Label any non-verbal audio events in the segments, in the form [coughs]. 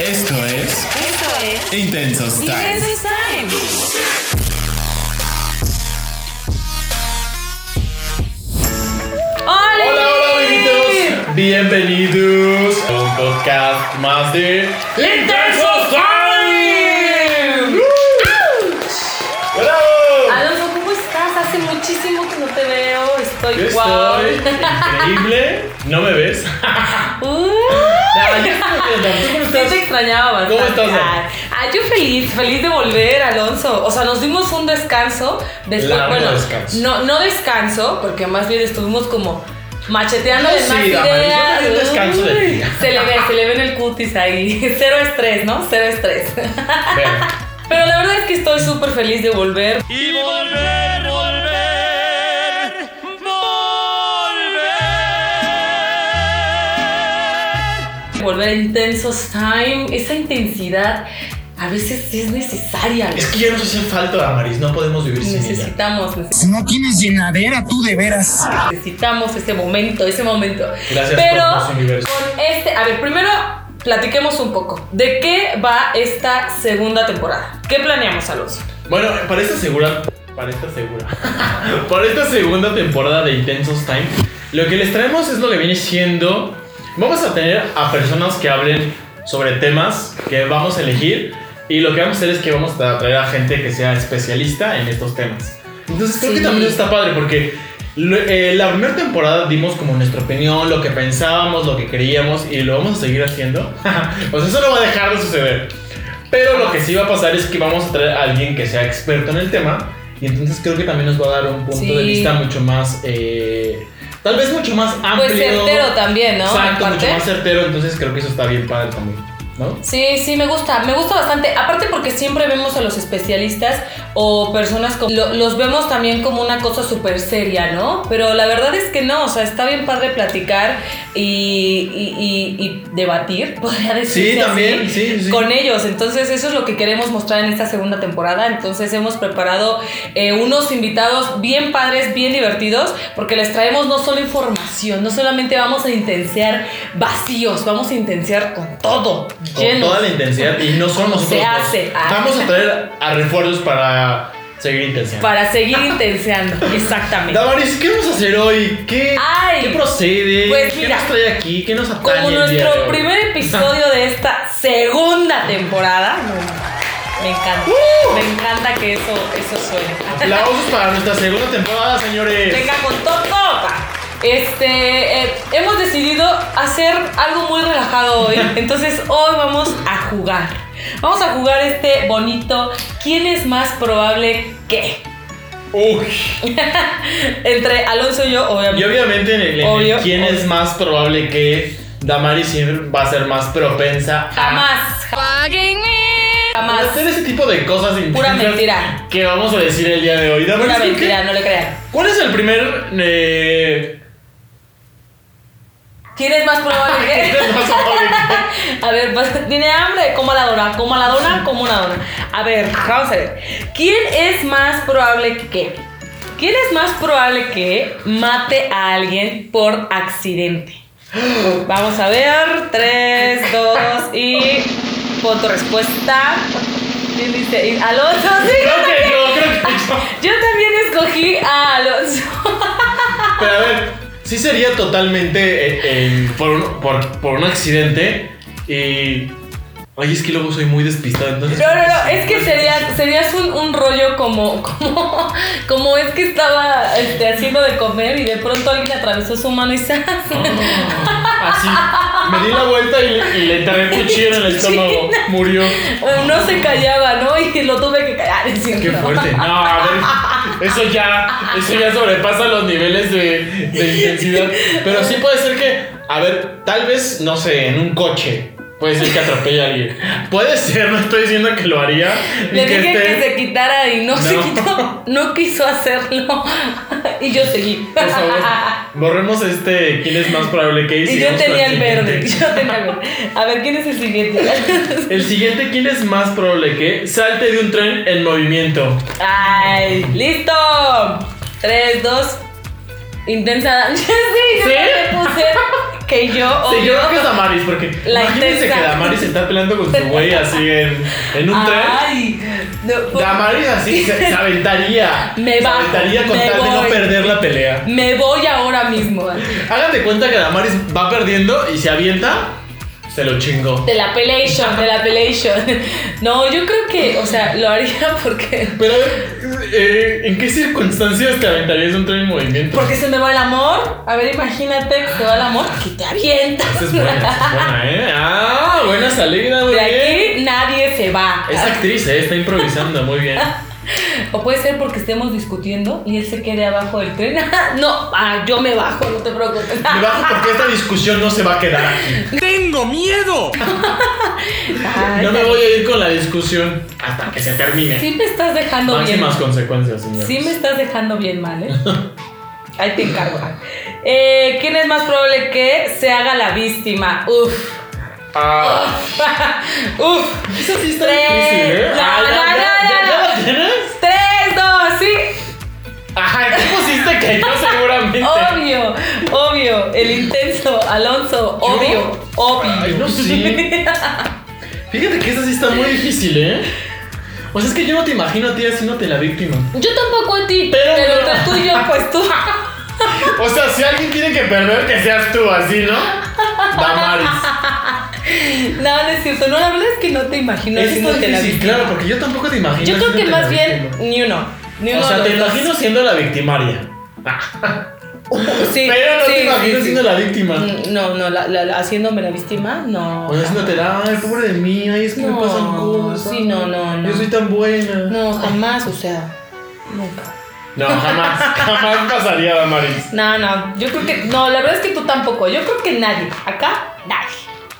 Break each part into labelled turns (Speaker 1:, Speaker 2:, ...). Speaker 1: Esto es
Speaker 2: Esto es
Speaker 1: Intensos Time.
Speaker 2: Intensos Time. ¡Hola!
Speaker 1: Hola, hola, amiguitos. Bienvenidos a un podcast más de Intensos Time. ¡Uh! ¡Bravo!
Speaker 2: Alonso, ¿cómo estás? Hace muchísimo que no te veo. Estoy
Speaker 1: Yo
Speaker 2: guau.
Speaker 1: estoy
Speaker 2: [laughs]
Speaker 1: increíble. ¿No me ves?
Speaker 2: Uh. Uy.
Speaker 1: ya estoy contento. ¿Tú cómo
Speaker 2: Sí
Speaker 1: estás?
Speaker 2: te extrañaba bastante.
Speaker 1: ¿Cómo estás, Al?
Speaker 2: Ay, ay, yo feliz, feliz de volver, Alonso. O sea, nos dimos un descanso. Después,
Speaker 1: Largo
Speaker 2: bueno,
Speaker 1: descanso.
Speaker 2: No, no descanso, porque más bien estuvimos como macheteando de
Speaker 1: Sí,
Speaker 2: más
Speaker 1: Damaris, yo me di
Speaker 2: ideas.
Speaker 1: un descanso de
Speaker 2: Uy,
Speaker 1: ti.
Speaker 2: Se le ve, se le ve en el cutis ahí. [laughs] Cero estrés, ¿no? Cero estrés. [laughs]
Speaker 1: Ven.
Speaker 2: Pero la verdad es que estoy súper feliz de volver.
Speaker 3: y volver, volver, volver.
Speaker 2: Volver a Intensos Time. Esa intensidad a veces es necesaria.
Speaker 1: Es que ya nos hace falta, Amaris. No podemos vivir sin ella.
Speaker 2: Necesitamos, necesitamos.
Speaker 4: Si no tienes llenadera, tú de veras.
Speaker 2: Necesitamos ese momento, ese momento.
Speaker 1: Gracias,
Speaker 2: Pero
Speaker 1: Cosmos Universo.
Speaker 2: con este, a ver, primero platiquemos un poco de qué va esta segunda temporada. ¿Qué planeamos, Alonso?
Speaker 1: Bueno, para esta segura. Para esta segura. [laughs] para esta segunda temporada de Intensos Time, lo que les traemos es lo que viene siendo. Vamos a tener a personas que hablen sobre temas que vamos a elegir. Y lo que vamos a hacer es que vamos a traer a gente que sea especialista en estos temas. Entonces creo
Speaker 2: Sí.
Speaker 1: que también está padre porque lo- eh, la primera temporada dimos como nuestra opinión, lo que pensábamos, lo que creíamos y lo vamos a seguir haciendo. o sea, eso no va a dejar de suceder. Pero
Speaker 2: Ah.
Speaker 1: lo que sí va a pasar es que vamos a traer a alguien que sea experto en el tema y entonces creo que también nos va a dar un punto de
Speaker 2: Sí.
Speaker 1: vista mucho más, eh, tal vez mucho más amplio.
Speaker 2: Pues certero también, ¿no?
Speaker 1: Exacto,
Speaker 2: Aparte.
Speaker 1: mucho más certero, entonces creo que eso está bien padre también, ¿no?
Speaker 2: Sí, sí, me gusta, me gusta bastante. Aparte porque siempre vemos a los especialistas o personas como... lo- los vemos también como una cosa súper seria, ¿no? Pero la verdad es que no, o sea, está bien padre platicar y, y- y- y debatir, [laughs] podría decir.
Speaker 1: también, sí, sí.
Speaker 2: Con ellos, entonces eso es lo que queremos mostrar en esta segunda temporada. Entonces hemos preparado eh, unos invitados bien padres, bien divertidos, porque les traemos no solo información, no solamente vamos a intensear vacíos, vamos a intensear con todo.
Speaker 1: Con
Speaker 2: llenos.
Speaker 1: toda la intensidad y no solo nosotros.
Speaker 2: Se
Speaker 1: dos.
Speaker 2: hace. Ah.
Speaker 1: Vamos a traer a refuerzos para seguir intensiando.
Speaker 2: Para
Speaker 1: [laughs]
Speaker 2: seguir intenseando, exactamente.
Speaker 1: Damaris, ¿qué vamos a hacer hoy? ¿Qué,
Speaker 2: Ay.
Speaker 1: ¿qué procede?
Speaker 2: Pues
Speaker 1: ¿Qué
Speaker 2: mira,
Speaker 1: nos trae aquí? ¿Qué nos atañe
Speaker 2: Como
Speaker 1: el día de
Speaker 2: nuestro
Speaker 1: hoy? [laughs]
Speaker 2: primer episodio de esta segunda temporada. no, Me encanta.
Speaker 1: ¡Uh!
Speaker 2: Me encanta que eso, eso suene.
Speaker 1: Aplausos para nuestra segunda temporada, señores.
Speaker 2: Venga con todo, papá. Este, eh, hemos decidido hacer algo muy relajado [laughs] hoy. Entonces hoy vamos a jugar. Vamos a jugar este bonito. ¿Quién es más probable que?
Speaker 1: Uy.
Speaker 2: Entre Alonso y yo, obviamente.
Speaker 1: Y obviamente en el, en el
Speaker 2: Obvio.
Speaker 1: quién es más probable que Damaris siempre va a ser más propensa a
Speaker 2: Jamás. Jamás.
Speaker 1: hacer ese tipo de cosas
Speaker 2: Pura
Speaker 1: intensas
Speaker 2: mentira.
Speaker 1: que vamos a decir el día de hoy. Damaris,
Speaker 2: Pura
Speaker 1: ¿qué-
Speaker 2: mentira, no le crean.
Speaker 1: ¿Cuál es el primer eh,
Speaker 2: ¿Quién es más probable
Speaker 1: ¿Quién es
Speaker 2: que?
Speaker 1: más probable que?
Speaker 2: [laughs] A ver, vas- tiene hambre, como la dona, como la dona, como una dona. A ver, vamos a ver. ¿Quién es más probable que? ¿Quién es más probable que mate a alguien por accidente? Vamos a ver. 3, 2 y pon tu respuesta. ¿Quién dice? Y Alonso, sí.
Speaker 1: Creo que no, creo que no.
Speaker 2: Yo también escogí a Alonso.
Speaker 1: Pero a ver, sí sería totalmente eh, eh, por, un, por, por un accidente y... Ay, es que luego soy muy despistado, entonces... pues,
Speaker 2: No, no, no, es que sería, serías un, un rollo como, como, como es que estaba este, haciendo de comer y de pronto alguien atravesó su mano y se
Speaker 1: Así. Me di la vuelta y le, y le enterré el cuchillo en el
Speaker 2: [laughs]
Speaker 1: estómago. Murió.
Speaker 2: no se callaba, ¿no? Y lo tuve que callar. es decir,
Speaker 1: Qué
Speaker 2: no.
Speaker 1: fuerte. No, a ver. Eso ya, eso ya sobrepasa los niveles de, de intensidad. Pero sí puede ser que, a ver, tal vez, no sé, en un coche. Puede ser que atropelle a alguien. Puede ser, no estoy diciendo que lo haría. ni
Speaker 2: Le dije
Speaker 1: esté-
Speaker 2: que se quitara y no, se
Speaker 1: No.
Speaker 2: quitó, no quiso hacerlo. Y yo seguí.
Speaker 1: Por favor, borremos este quién es más probable que
Speaker 2: Y yo
Speaker 1: sigamos con
Speaker 2: tenía el
Speaker 1: siguiente.
Speaker 2: verde. Yo tenía el verde. A ver, ¿quién es el
Speaker 1: [laughs]
Speaker 2: siguiente?
Speaker 1: El siguiente, ¿quién es más probable que salte de un tren en movimiento?
Speaker 2: Ay, listo. 3, 2. Intensa. [laughs] Sí, yo
Speaker 1: ¿Sí?
Speaker 2: también puse que yo. o
Speaker 1: [laughs] Sí, yo creo que es Damaris, porque
Speaker 2: La
Speaker 1: imagínense
Speaker 2: intensa.
Speaker 1: que Damaris se está peleando con su güey así en, en un tren.
Speaker 2: Ay, no, pues, por-
Speaker 1: Damaris así se, se aventaría.
Speaker 2: Me
Speaker 1: se
Speaker 2: bajo,
Speaker 1: aventaría con
Speaker 2: me
Speaker 1: tal de no
Speaker 2: voy.
Speaker 1: perder la pelea.
Speaker 2: Me voy ahora mismo.
Speaker 1: Hágate cuenta que Damaris va perdiendo y se avienta, se lo chingó.
Speaker 2: De la pelation, de la pelation. No, yo creo que, o sea, lo haría [laughs] porque.
Speaker 1: Pero, eh, ¿en qué circunstancias te aventarías un tren en movimiento?
Speaker 2: Porque se me va el amor. A ver, imagínate que se va el amor. Que te avientas.
Speaker 1: Esa es buena, esa es buena, ¿eh? Ah, buena salida, muy
Speaker 2: De
Speaker 1: bien.
Speaker 2: aquí nadie se va.
Speaker 1: Es actriz, ¿eh? Está improvisando, muy
Speaker 2: [laughs]
Speaker 1: bien.
Speaker 2: O puede ser porque estemos discutiendo y él se quede abajo del tren. [laughs] no, ah, yo me bajo, no te preocupes.
Speaker 1: Me
Speaker 2: [laughs]
Speaker 1: bajo porque esta discusión no se va a quedar aquí.
Speaker 3: ¡Tengo miedo!
Speaker 2: Ay,
Speaker 1: No me voy a ir con la discusión hasta que se termine.
Speaker 2: Sí me estás dejando bien.
Speaker 1: Máximas consecuencias, señor.
Speaker 2: Sí me estás dejando bien
Speaker 1: [laughs]
Speaker 2: mal, ¿eh? Ahí te encargo. Eh, ¿Quién es más probable que se haga la víctima? Uf. [laughs]
Speaker 1: Ah,
Speaker 2: Uf.
Speaker 1: esa sí está
Speaker 2: Tres.
Speaker 1: difícil, ¿eh?
Speaker 2: Ya,
Speaker 1: Ah,
Speaker 2: ya, ya,
Speaker 1: ya,
Speaker 2: ya.
Speaker 1: la tienes?
Speaker 2: Tres, dos, sí.
Speaker 1: Ajá, ¿qué pusiste que yo
Speaker 2: [laughs]
Speaker 1: seguramente?
Speaker 2: Obvio, obvio. El intenso, Alonso, obvio, obvio.
Speaker 1: Ay, no sé. Fíjate que esa sí está muy difícil, ¿eh? O sea, es que yo no te imagino a ti haciéndote la víctima.
Speaker 2: [laughs] Yo tampoco a ti,
Speaker 1: Pero-
Speaker 2: pero, entre tú y yo, pues tú.
Speaker 1: [laughs] O sea, si alguien tiene que perder, que seas tú, así, [laughs] ¿no? Damaris.
Speaker 2: No, no es cierto. No, la verdad es que no te imagino
Speaker 1: es muy
Speaker 2: haciéndote la
Speaker 1: difícil,
Speaker 2: víctima.
Speaker 1: claro, porque yo tampoco te imagino.
Speaker 2: Yo creo que
Speaker 1: haciéndote la
Speaker 2: más bien
Speaker 1: víctima.
Speaker 2: ni uno. Ni uno
Speaker 1: O sea, te
Speaker 2: de los dos.
Speaker 1: imagino siendo la
Speaker 2: [laughs]
Speaker 1: victimaria.
Speaker 2: Sí,
Speaker 1: Pero no
Speaker 2: sí,
Speaker 1: te
Speaker 2: sí,
Speaker 1: imagino
Speaker 2: sí.
Speaker 1: siendo la víctima.
Speaker 2: Mm, No, no, la, la- la- haciéndome la víctima, no.
Speaker 1: O sea, haciéndote la, ay, pobre de mí, ay, es que me
Speaker 2: No,
Speaker 1: pasan cosas.
Speaker 2: sí, no, no, no.
Speaker 1: Yo soy tan buena.
Speaker 2: No, jamás, o sea, nunca.
Speaker 1: No,
Speaker 2: [laughs]
Speaker 1: jamás, jamás pasaría, Damaris.
Speaker 2: No, no, yo creo que, no, la verdad es que tú tampoco, yo creo que nadie, acá, nadie.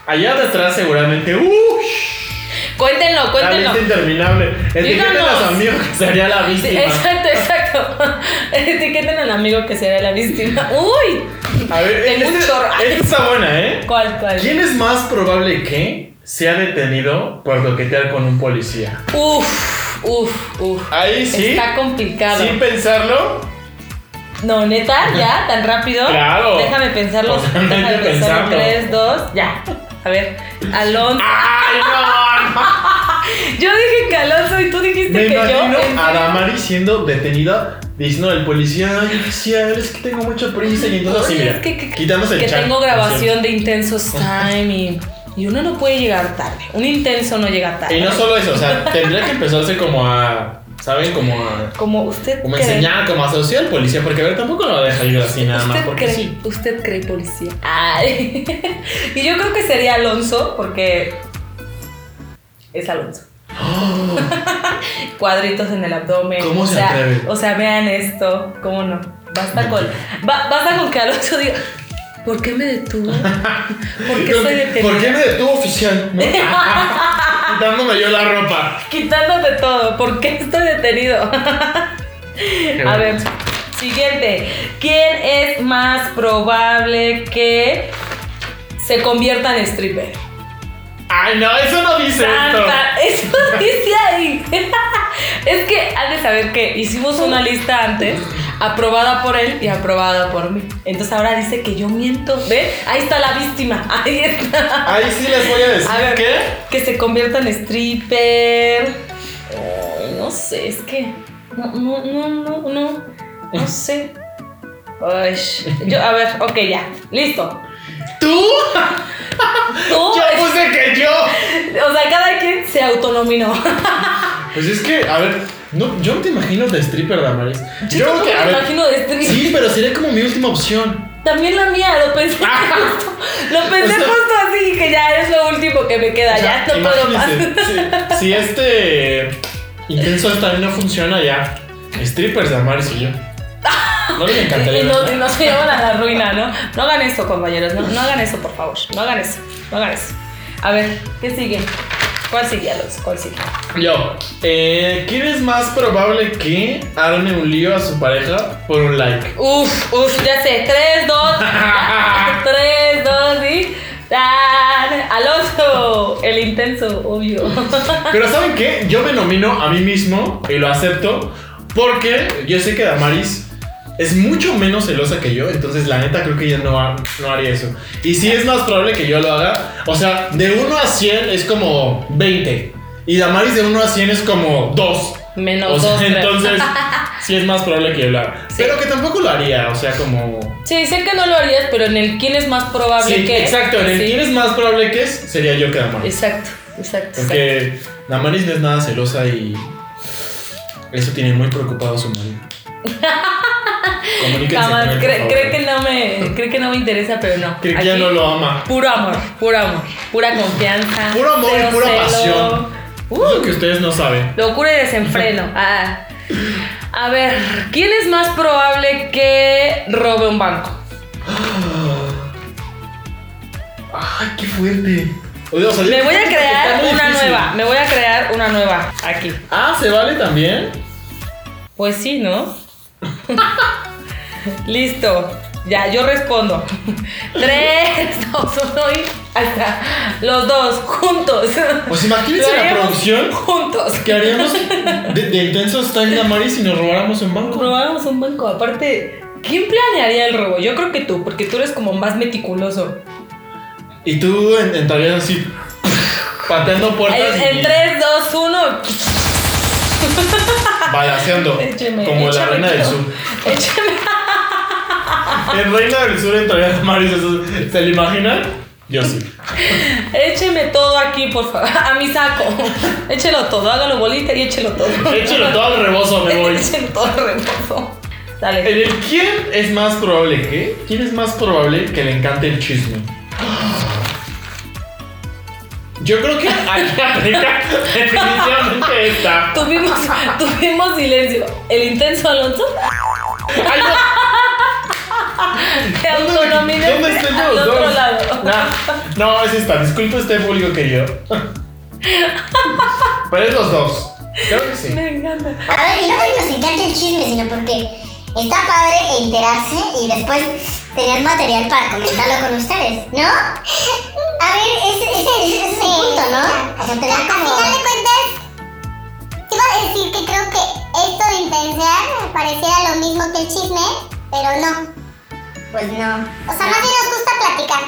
Speaker 1: Allá de atrás seguramente, ¡uh!
Speaker 2: Cuéntenlo,
Speaker 1: La
Speaker 2: cuéntenlo.
Speaker 1: lista interminable. Etiqueten a
Speaker 2: Díganos.
Speaker 1: su amigo que sería la
Speaker 2: Sí,
Speaker 1: víctima.
Speaker 2: Exacto, exacto. [laughs] Etiqueten al amigo que será la víctima. Uy,
Speaker 1: A ver,
Speaker 2: [laughs] Tengo un
Speaker 1: esta-
Speaker 2: chorro.
Speaker 1: esta está buena, ¿eh?
Speaker 2: ¿Cuál, cuál?
Speaker 1: ¿Quién es más probable que sea detenido por coquetear con un policía?
Speaker 2: Uf, uf, uf.
Speaker 1: Ahí ¿Ah, sí.
Speaker 2: Está complicado.
Speaker 1: Sin pensarlo,
Speaker 2: No, neta, ya, tan rápido.
Speaker 1: Claro.
Speaker 2: Déjame pensarlo.
Speaker 1: Totalmente
Speaker 2: Déjame pensarlo.
Speaker 1: pensando. Ah.
Speaker 2: Tres, dos, ya. A ver, Alonso.
Speaker 1: ¡ay, no!
Speaker 2: Yo dije que Alonso y tú dijiste
Speaker 1: Me
Speaker 2: que
Speaker 1: imagino
Speaker 2: yo. ¿en
Speaker 1: a
Speaker 2: serio?
Speaker 1: Damari siendo detenida, diciendo al policía, ay, oficial, es que tengo mucha prisa. Y entonces así,
Speaker 2: Oye,
Speaker 1: mira,
Speaker 2: es que, que-
Speaker 1: quitamos el
Speaker 2: que
Speaker 1: chat.
Speaker 2: tengo grabación de Intensos Time y, y uno no puede llegar tarde. Un intenso no llega tarde.
Speaker 1: Y no solo eso, o sea, tendría que empezarse como a, ¿saben? Como a...
Speaker 2: Como usted
Speaker 1: Como a
Speaker 2: cree.
Speaker 1: enseñar, como asociar al policía, porque a ver, tampoco lo va a dejar ir así nada más,
Speaker 2: Usted
Speaker 1: porque
Speaker 2: cree, [laughs]
Speaker 1: sí.
Speaker 2: usted cree policía. Ay. [laughs] y yo creo que sería Alonso porque es Alonso. Cuadritos en el abdomen.
Speaker 1: ¿Cómo
Speaker 2: o
Speaker 1: se
Speaker 2: sea,
Speaker 1: atreve?
Speaker 2: O sea, vean esto, cómo no. Basta con, ba- basta con que Alonso diga, ¿por qué
Speaker 1: [laughs]
Speaker 2: me detuvo? ¿Por qué
Speaker 1: Yo-
Speaker 2: soy detenido?
Speaker 1: ¿Por qué me detuvo
Speaker 2: [laughs]
Speaker 1: oficial? [laughs] ¿No? Quitándome yo la ropa.
Speaker 2: Quitándote todo, ¿por qué estoy detenido? [laughs] A ver, siguiente. ¿Quién es más probable que se convierta en stripper?
Speaker 1: Ay, no, eso no dice esto.
Speaker 2: Santa, eso [laughs] dice ahí. Es que has de saber que hicimos una lista antes, aprobada por él y aprobada por mí. Entonces ahora dice que yo miento. ¿Ve? Ahí está la víctima. [laughs] Ahí está.
Speaker 1: Ahí sí les voy a decir
Speaker 2: A ver,
Speaker 1: que
Speaker 2: Que se convierta en stripper. Ay, no sé, es que. No, no, no, no, no. No sé. Ay, yo, a ver, ok, ya. Listo.
Speaker 1: tú,
Speaker 2: Tú,
Speaker 1: yo puse que yo.
Speaker 2: [laughs] o sea, cada quien se autonominó.
Speaker 1: Pues es que, a ver, no, yo no te imagino de stripper, Damaris. Yo, creo
Speaker 2: tampoco
Speaker 1: que, a
Speaker 2: me
Speaker 1: ver,
Speaker 2: imagino de este stripper.
Speaker 1: Sí, pero sería como mi última opción.
Speaker 2: También la mía, lo
Speaker 1: [laughs]
Speaker 2: pensé justo. Lo pensé
Speaker 1: O sea-
Speaker 2: justo así, que ya es lo último que me queda.
Speaker 1: O sea,
Speaker 2: ya no puedo más.
Speaker 1: imagínense, Si, si este intenso también no funciona ya, strippers, Damaris y yo. No les encantaría.
Speaker 2: [laughs] Y [laughs] no,
Speaker 1: ¿verdad?
Speaker 2: y no se llevan a la ruina, ¿no? No hagan eso, compañeros. No, no hagan eso, por favor. No hagan eso. No hagan eso. A ver, ¿qué sigue? ¿Cuál sigue, Alonso? ¿Cuál sigue?
Speaker 1: Yo, eh, ¿quién es más probable que arme un lío a su pareja por un like?
Speaker 2: Uf, uf, ya sé. Tres,
Speaker 1: [laughs]
Speaker 2: dos. ya. Tres, dos y. ¡Tan! Alonso, el intenso, obvio. [laughs]
Speaker 1: Pero ¿saben qué? Yo me nomino a mí mismo y lo acepto porque yo sé que Damaris es mucho menos celosa que yo, entonces la neta creo que ella no, ha- no haría eso. Y si es más probable que yo lo haga, o sea, de 1 a 100 es como 20. Y Damaris de 1 a 100 es como 2.
Speaker 2: Menos
Speaker 1: O sea,
Speaker 2: dos, tres. [laughs]
Speaker 1: entonces sí es más probable que yo lo haga. Pero que tampoco lo haría, o sea, como...
Speaker 2: Sí, sé que no lo harías, pero en el quién es más probable
Speaker 1: Sí,
Speaker 2: que.
Speaker 1: exacto, en el
Speaker 2: Sí.
Speaker 1: quién es más probable que es, sería yo que Damaris.
Speaker 2: Exacto, exacto. exacto.
Speaker 1: Porque Damaris no es nada celosa y eso tiene muy preocupado a su
Speaker 2: [laughs]
Speaker 1: marido. Comuníquense
Speaker 2: Jamás,
Speaker 1: con él, por
Speaker 2: cree,
Speaker 1: favor.
Speaker 2: cree que no me, cree que no me interesa, pero no.
Speaker 1: Cree que ya
Speaker 2: Aquí,
Speaker 1: no lo ama.
Speaker 2: Puro amor, puro amor, pura confianza.
Speaker 1: Puro amor
Speaker 2: cero
Speaker 1: y pura
Speaker 2: celo.
Speaker 1: pasión.
Speaker 2: Uh,
Speaker 1: Es lo que ustedes no saben.
Speaker 2: locura y desenfreno.
Speaker 1: [laughs]
Speaker 2: Ah. A ver, ¿quién es más probable que robe un banco?
Speaker 1: Ay, qué fuerte. O sea, o sea,
Speaker 2: Me
Speaker 1: yo-
Speaker 2: voy a
Speaker 1: está
Speaker 2: crear
Speaker 1: muy
Speaker 2: una
Speaker 1: difícil.
Speaker 2: nueva, me voy a crear una nueva aquí.
Speaker 1: Ah, ¿se vale también?
Speaker 2: Pues sí, ¿no? [laughs] Listo. Ya, yo respondo. [laughs] Tres, [laughs] dos, uno y hasta los dos juntos.
Speaker 1: Pues imagínense
Speaker 2: [laughs] Lo
Speaker 1: la
Speaker 2: haríamos
Speaker 1: producción.
Speaker 2: Juntos.
Speaker 1: ¿Qué
Speaker 2: [laughs]
Speaker 1: haríamos de, de intensos tan Damaris si nos robáramos un banco?
Speaker 2: Robáramos un banco. Aparte, ¿quién planearía el robo? Yo creo que tú, porque tú eres como más meticuloso.
Speaker 1: Y tú en- entrarías así, pateando puertas.
Speaker 2: En, en
Speaker 1: y
Speaker 2: tres, dos, uno. [laughs]
Speaker 1: Balaseando.
Speaker 2: Écheme,
Speaker 1: como la
Speaker 2: échame,
Speaker 1: reina del
Speaker 2: quiero. [laughs]
Speaker 1: sur.
Speaker 2: Échame.
Speaker 1: En Reina del Sur entraría Damaris. eso- ¿Se lo imaginan? Yo sí.
Speaker 2: Écheme todo aquí, por favor. [laughs] A mi saco. Échelo todo. Hágalo bolita y échelo todo. [laughs]
Speaker 1: Échelo todo al rebozo, me voy.
Speaker 2: Échelo todo al rebozo. Dale.
Speaker 1: En el quién es más probable que. ¿Quién es más probable que le encante el chisme? Yo creo que [laughs] aquí aplica definitivamente esta. [laughs]
Speaker 2: Tuvimos, tuvimos silencio. El intenso Alonso
Speaker 1: Ay,
Speaker 2: [laughs] te
Speaker 1: no, ¿dónde-
Speaker 2: autonominé
Speaker 1: ¿Dónde están
Speaker 2: al
Speaker 1: los
Speaker 2: otro
Speaker 1: dos?
Speaker 2: lado.
Speaker 1: Nah, no, es esta. Disculpe usted, público
Speaker 2: [laughs]
Speaker 1: querido. Pero es los dos. Creo que sí.
Speaker 2: Me encanta.
Speaker 5: A ver, y no porque nos encanta el chisme, sino porque está padre enterarse y después tener material para comentarlo con ustedes, ¿no? A ver, ese, ese, ese es el punto, ¿no? O sea, tener como... Al final de cuentas, iba a decir que creo que esto de intensear pareciera lo mismo que el chisme, pero no. Pues no. O sea, más bien nos gusta platicar.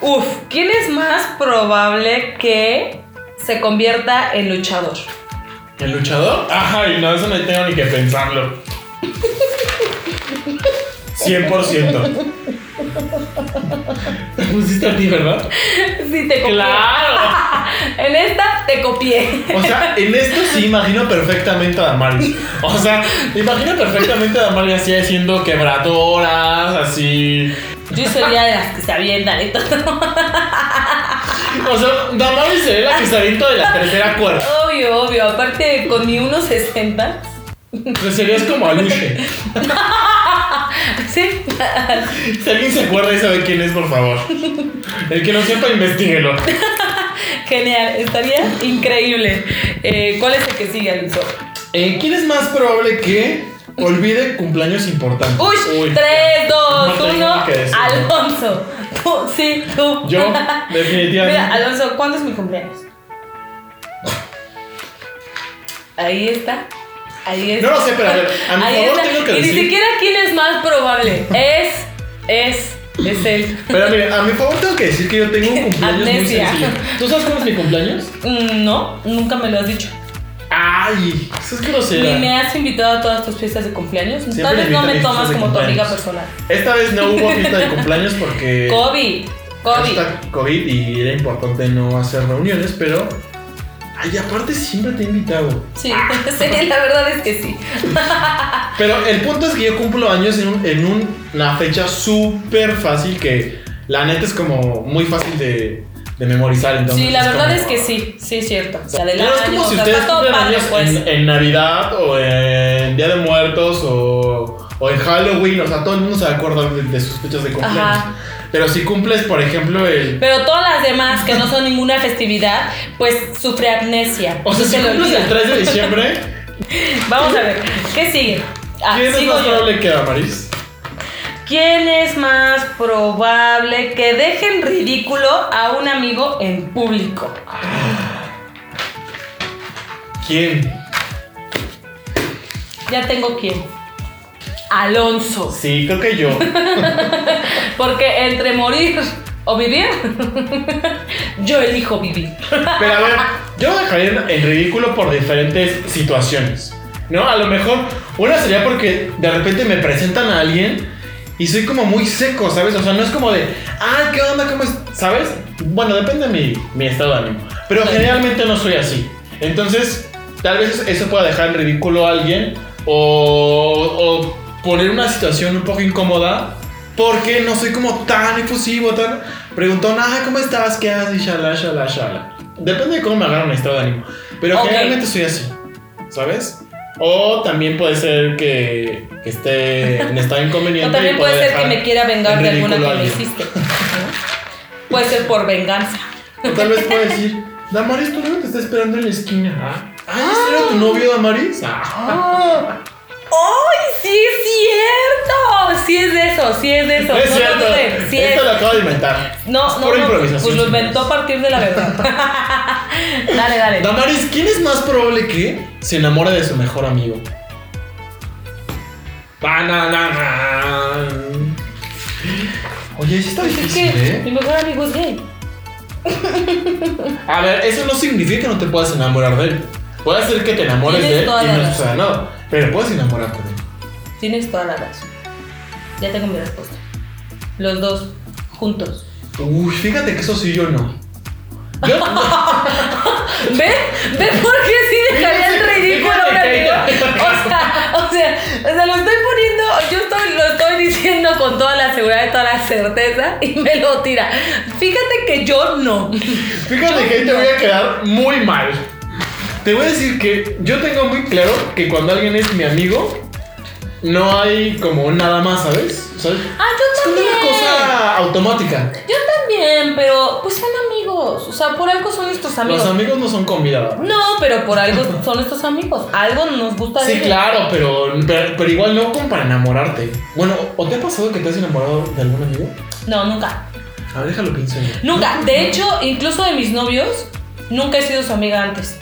Speaker 2: Uf, ¿quién es más probable que se convierta en luchador? [laughs]
Speaker 1: ¿El luchador? Ay, no, eso no tengo ni que pensarlo. 100%. ¿Te pusiste a ti, ¿verdad?
Speaker 2: Sí, te copié.
Speaker 1: ¡Claro!
Speaker 2: [laughs] En esta te copié.
Speaker 1: O sea, en esto sí imagino perfectamente a Damaris. O sea, imagino perfectamente a Damaris así haciendo quebradoras, así.
Speaker 2: [laughs] Yo sería de las que se avientan y todo. [laughs]
Speaker 1: O sea, Damaris sería la que se avienta de la tercera cuerda.
Speaker 2: Obvio, obvio. Aparte, con mi 1.60.
Speaker 1: Pues serías como Aluche.
Speaker 2: Sí.
Speaker 1: Si alguien se acuerda y sabe quién es, por favor. El que no sepa, investíguelo.
Speaker 2: Genial. Estaría increíble. Eh, ¿Cuál es el que sigue, Alonso?
Speaker 1: Eh, ¿Quién es más probable que olvide cumpleaños importantes?
Speaker 2: Uy,
Speaker 1: Uy.
Speaker 2: 3, 2,
Speaker 1: No tengo
Speaker 2: 1,
Speaker 1: que decir.
Speaker 2: Alonso. Tú, sí, tú. [laughs]
Speaker 1: Yo,
Speaker 2: Mira,
Speaker 1: definitivamente.
Speaker 2: Alonso, ¿cuándo es mi cumpleaños? Ahí está. Ahí está.
Speaker 1: No lo sé, pero a ver, a mi
Speaker 2: Ahí
Speaker 1: favor
Speaker 2: está.
Speaker 1: tengo que
Speaker 2: Y
Speaker 1: decir-
Speaker 2: ni siquiera quién es más probable. Es, es, es él.
Speaker 1: Pero mira, a mi favor tengo que decir que yo tengo un cumpleaños muy
Speaker 2: Amnesia.
Speaker 1: sencillo. ¿Tú sabes cómo es mi cumpleaños?
Speaker 2: Mm, No, nunca me lo has dicho.
Speaker 1: Ay, eso es
Speaker 2: Ni me
Speaker 1: grosera.
Speaker 2: has invitado a todas tus fiestas de cumpleaños.
Speaker 1: Siempre
Speaker 2: Tal
Speaker 1: me
Speaker 2: vez no
Speaker 1: invitan a
Speaker 2: me
Speaker 1: mis
Speaker 2: tomas
Speaker 1: fiestas de
Speaker 2: como tu amiga
Speaker 1: cumpleaños.
Speaker 2: personal.
Speaker 1: Esta vez no hubo fiesta de cumpleaños porque
Speaker 2: Kobe, Kobe.
Speaker 1: hashtag COVID y era importante no hacer reuniones, pero. Ay, aparte siempre te he invitado.
Speaker 2: Sí, [laughs] sí, la verdad es que sí.
Speaker 1: Pero el punto es que yo cumplo años en, un- en un- una fecha súper fácil que la neta es como muy fácil de, de memorizar. Entonces
Speaker 2: Sí, la verdad
Speaker 1: como-
Speaker 2: es que sí, sí es cierto. O sea, del
Speaker 1: No es
Speaker 2: año,
Speaker 1: como
Speaker 2: o
Speaker 1: si
Speaker 2: sea,
Speaker 1: ustedes
Speaker 2: está todo
Speaker 1: cumplen
Speaker 2: padre,
Speaker 1: años
Speaker 2: pues.
Speaker 1: en, en Navidad o en Día de Muertos o, o en Halloween. O sea, todo el mundo se acuerda de, de sus fechas de cumpleaños.
Speaker 2: Ajá.
Speaker 1: Pero si cumples, por ejemplo, el...
Speaker 2: Pero todas las demás que no son ninguna festividad, pues sufre amnesia.
Speaker 1: O sea,
Speaker 2: Se
Speaker 1: si
Speaker 2: le
Speaker 1: cumples
Speaker 2: olvida.
Speaker 1: el 3 de diciembre,
Speaker 2: Vamos a ver, ¿qué sigue? [laughs] Ah,
Speaker 1: ¿quién es
Speaker 2: sigo
Speaker 1: más
Speaker 2: yo.
Speaker 1: probable que Amaris?
Speaker 2: ¿Quién es más probable que dejen ridículo a un amigo en público?
Speaker 1: ¿Quién?
Speaker 2: Ya tengo quién. Alonso.
Speaker 1: Sí, creo que yo.
Speaker 2: Porque entre morir o vivir, [laughs] yo elijo vivir.
Speaker 1: Pero a ver, yo me dejaría en- en ridículo por diferentes situaciones. ¿No? A lo mejor una sería porque de repente me presentan a alguien y soy como muy seco, ¿sabes? O sea, no es como de, ah, ¿qué onda? ¿Cómo es? ¿Sabes? Bueno, depende de mi, mi estado de ánimo. Pero generalmente no soy así. Entonces, tal vez eso pueda dejar en ridículo a alguien o, o poner una situación un poco incómoda porque no soy como tan efusivo, tan preguntón, ah, ¿cómo estás? ¿Qué haces? Y Shala, shala, shala. Depende de cómo me agarra mi estado de ánimo. Pero
Speaker 2: Ok.
Speaker 1: generalmente soy así, ¿sabes? O también puede ser que, que esté en estado inconveniente.
Speaker 2: [laughs] O
Speaker 1: y
Speaker 2: también
Speaker 1: pueda
Speaker 2: puede ser que
Speaker 1: dejar
Speaker 2: me quiera vengar
Speaker 1: en
Speaker 2: de
Speaker 1: ridículo
Speaker 2: alguna que
Speaker 1: a
Speaker 2: me
Speaker 1: alguien.
Speaker 2: hiciste. ¿no? Puede ser por venganza.
Speaker 1: O tal vez pueda
Speaker 2: [laughs]
Speaker 1: decir, Damaris, tu novio te está esperando en la esquina. Ah, ah ¿ese era tu novio, Damaris? Ah.
Speaker 2: ¡Ay, sí es cierto! Sí es de eso, sí es de eso.
Speaker 1: No es
Speaker 2: No lo
Speaker 1: cierto.
Speaker 2: dudé, sí
Speaker 1: Esto
Speaker 2: es.
Speaker 1: lo acabo de inventar.
Speaker 2: No,
Speaker 1: Es
Speaker 2: no,
Speaker 1: pura
Speaker 2: no,
Speaker 1: improvisación,
Speaker 2: pues lo
Speaker 1: señores.
Speaker 2: inventó a partir de la verdad.
Speaker 1: [laughs]
Speaker 2: dale, dale.
Speaker 1: Damaris, ¿quién es más probable que se enamore de su mejor amigo? Banananan. Oye, sí está
Speaker 2: Pues Es
Speaker 1: difícil,
Speaker 2: que mi
Speaker 1: ¿eh?
Speaker 2: mejor amigo es gay.
Speaker 1: A ver, eso no significa que no te puedas enamorar de él. Puede ser que te enamores
Speaker 2: Tienes
Speaker 1: de él
Speaker 2: toda
Speaker 1: y
Speaker 2: la
Speaker 1: no
Speaker 2: razón.
Speaker 1: suceda nada. Pero puedes enamorarte de él.
Speaker 2: Tienes toda la razón. Ya tengo mi respuesta. Los dos juntos.
Speaker 1: Uy, fíjate que eso sí yo no.
Speaker 2: [laughs]
Speaker 1: Yo
Speaker 2: ¿Ve? ¿Ve por qué sí dejaría el
Speaker 1: Fíjate,
Speaker 2: ridículo a un
Speaker 1: fíjate,
Speaker 2: amigo? O sea, o sea, o sea, lo estoy poniendo, yo estoy, lo estoy diciendo con toda la seguridad y toda la certeza y me lo tira. Fíjate que yo no.
Speaker 1: Fíjate que ahí te voy a quedar muy mal. Te voy a decir que yo tengo muy claro que cuando alguien es mi amigo, no hay como nada más, ¿sabes? O sea,
Speaker 2: Ah,
Speaker 1: es
Speaker 2: yo
Speaker 1: como
Speaker 2: también.
Speaker 1: una cosa automática.
Speaker 2: Yo también, pero pues son amigos. O sea, por algo son nuestros amigos.
Speaker 1: Los amigos no son comida. ¿verdad?
Speaker 2: No, pero por algo son nuestros amigos. Algo nos gusta de
Speaker 1: Sí,
Speaker 2: ellos.
Speaker 1: claro, pero, pero, pero igual no como para enamorarte. Bueno, ¿o te ha pasado que te has enamorado de algún amigo?
Speaker 2: No, nunca.
Speaker 1: A ver, déjalo pienso yo.
Speaker 2: Nunca. De hecho, incluso de mis novios, nunca he sido su amiga antes.